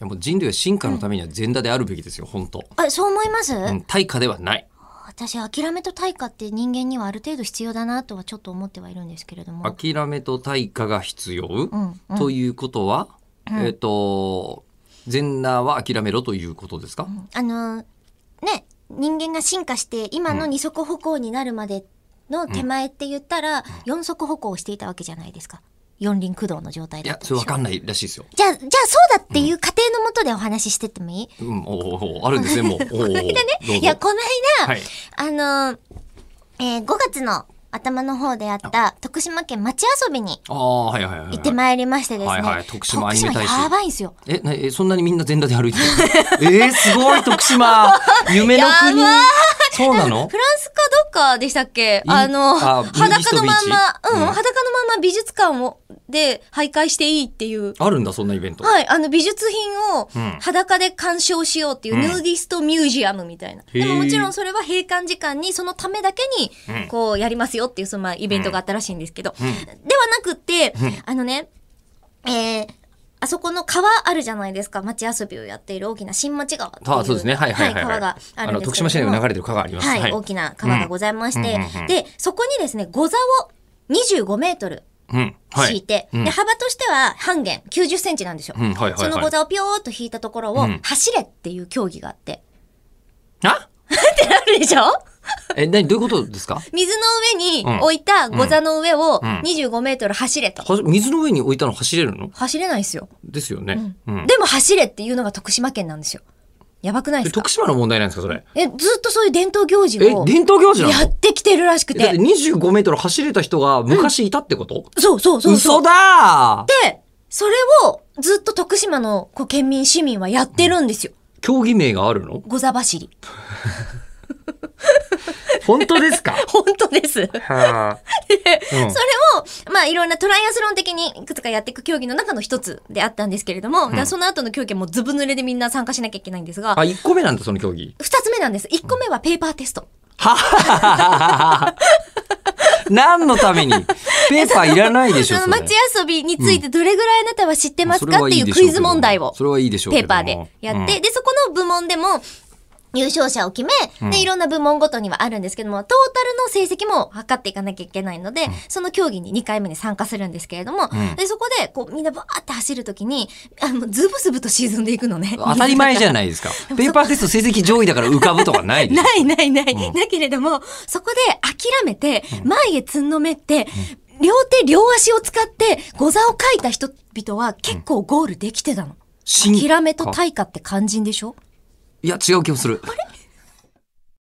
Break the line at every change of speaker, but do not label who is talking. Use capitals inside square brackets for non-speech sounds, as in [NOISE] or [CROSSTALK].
やもう人類は進化のためには善打であるべきですよ、本当。
あそう思います、
うん、対価ではない。
私諦めと対価って人間にはある程度必要だなとはちょっと思ってはいるんですけれども
諦めと対価が必要、
んうん
ということは、えっ、と善打は諦めろということですか、
あのね人間が進化して今の二足歩行になるまでの手前って言ったら、四足歩行をしていたわけじゃないですか四輪駆動の状態
い
だっ
や
たでし
そ
ょ
れわかんないらしいですよ。
じゃあ、じゃあそうだっていう過程のもとでお話ししてってもいい、
うん、おーおーおーあるんですねもう。この間ね
いや、この間、
はい
あの、えー5月の頭の方であった徳島県町遊びに
ああはいはいはい、は
行
い。
ってまいりましてですね。
はいはい徳島アニメ大使
徳島やばいんですよ。
え、なえ、そんなにみんな全裸で歩いてる [LAUGHS] えー、すごい、徳島夢の国
やば
そうなの
フランスかどっかでしたっけ
い
あの、
あイース
裸
ト
の
ビ
ま
ー
ん
チ
ま、うん、
うん
裸のまんま美術館を、で、徘徊していいっていう。
あるんだ、そんなイベント。
はい、あの美術品を
うん
裸で鑑賞しようっていう、
うん
ヌーディストミュージアムみたいな。
へー
でももちろんそれは閉館時間にそのためだけ
うん
に、こうやりますよっていう、そのまあイベントがあったらしいんですけど。
うん
ではなくって
うん、
あのね、えー、あそこの川あるじゃないですか。町遊びをやっている大きな新町川っていう。
あそうですね。はいはいはい、はい。
川があ
あ
るん
の、
です
徳
けれど
島
も
市内を流れてる川があります。
はい、大きな川がございまして、
うんうんうんうん
で、そこにですね、ご座を25メートル
うん。は
敷い
い。
て、
うん
で、幅としては半減、90センチなんですよ。
うん、はいはいはい。
そのご座をピョーっと引いたところ
う
を
ん、
走れっていう競技があって。
あ
ってな [LAUGHS] るでしょ
え、なに、どういうことですか
水の上に置いたご座の上を
ん
25メートル走れと。
は水の上に置いたの走れるの
走れないですよ。
ですよね。うん。
でも走れっていうのが徳島県なんですよ。やばくないで
え
すか
徳島の問題なんですか、それ。
え、ずっとそういう伝統行事
え、
を
伝統行事なの
やってきてるらしく
えだって
て。
25メートル走れた人が昔いたってこと、
そうそうそうそう
嘘。だー
で、それをずっと徳島のこう県民市民はやってるんですよ。
競技名があるの
ござ走り。
本当ですか
[LAUGHS] 本当です。それ
はあ。うん
を、まあいろんなトライアスロン的にいくつかやっていく競技の中の一つであったんですけれども、だからその後の競技はもうずぶ濡れでみんな参加しなきゃいけないんですが、
あ、1個目なんだ、その競技。
二つ目なんです。一個目はペーパーテスト。
何のた
[LAUGHS]
めにペーパーいらないでしょ、
そ
そ
の
れ。
街遊びについてどれぐらいあなたは知ってます
そ
か
れは
って
い
い
いで
う
しょう
クイ
けど
ズ
も
問題を
それはいいでしょう
ペ
け
ー
ども
パーでやって、
うん
で、そこの部門でも、優勝者を決め、で、いろんな部門ごとにはあるんですけども、トータルの成績も測っていかなきゃいけないので、その競技に2回目に参加するんですけれども、
ん
で、そこで、こう、みんなバーって走るときに、あの、ズブズブと沈んでいくのね。
当たり前じゃ
い。
ないですか。ペーパーテスト成績上位だから浮かぶとかないでしょ。
[LAUGHS] ないないない。だけれども、そこで諦めて、前へつんのめって、両手両足を使って、ご座を書いた人々は結構ゴールできてたの。
進化
諦めと対価って肝心でしょ
いや、違う気もする。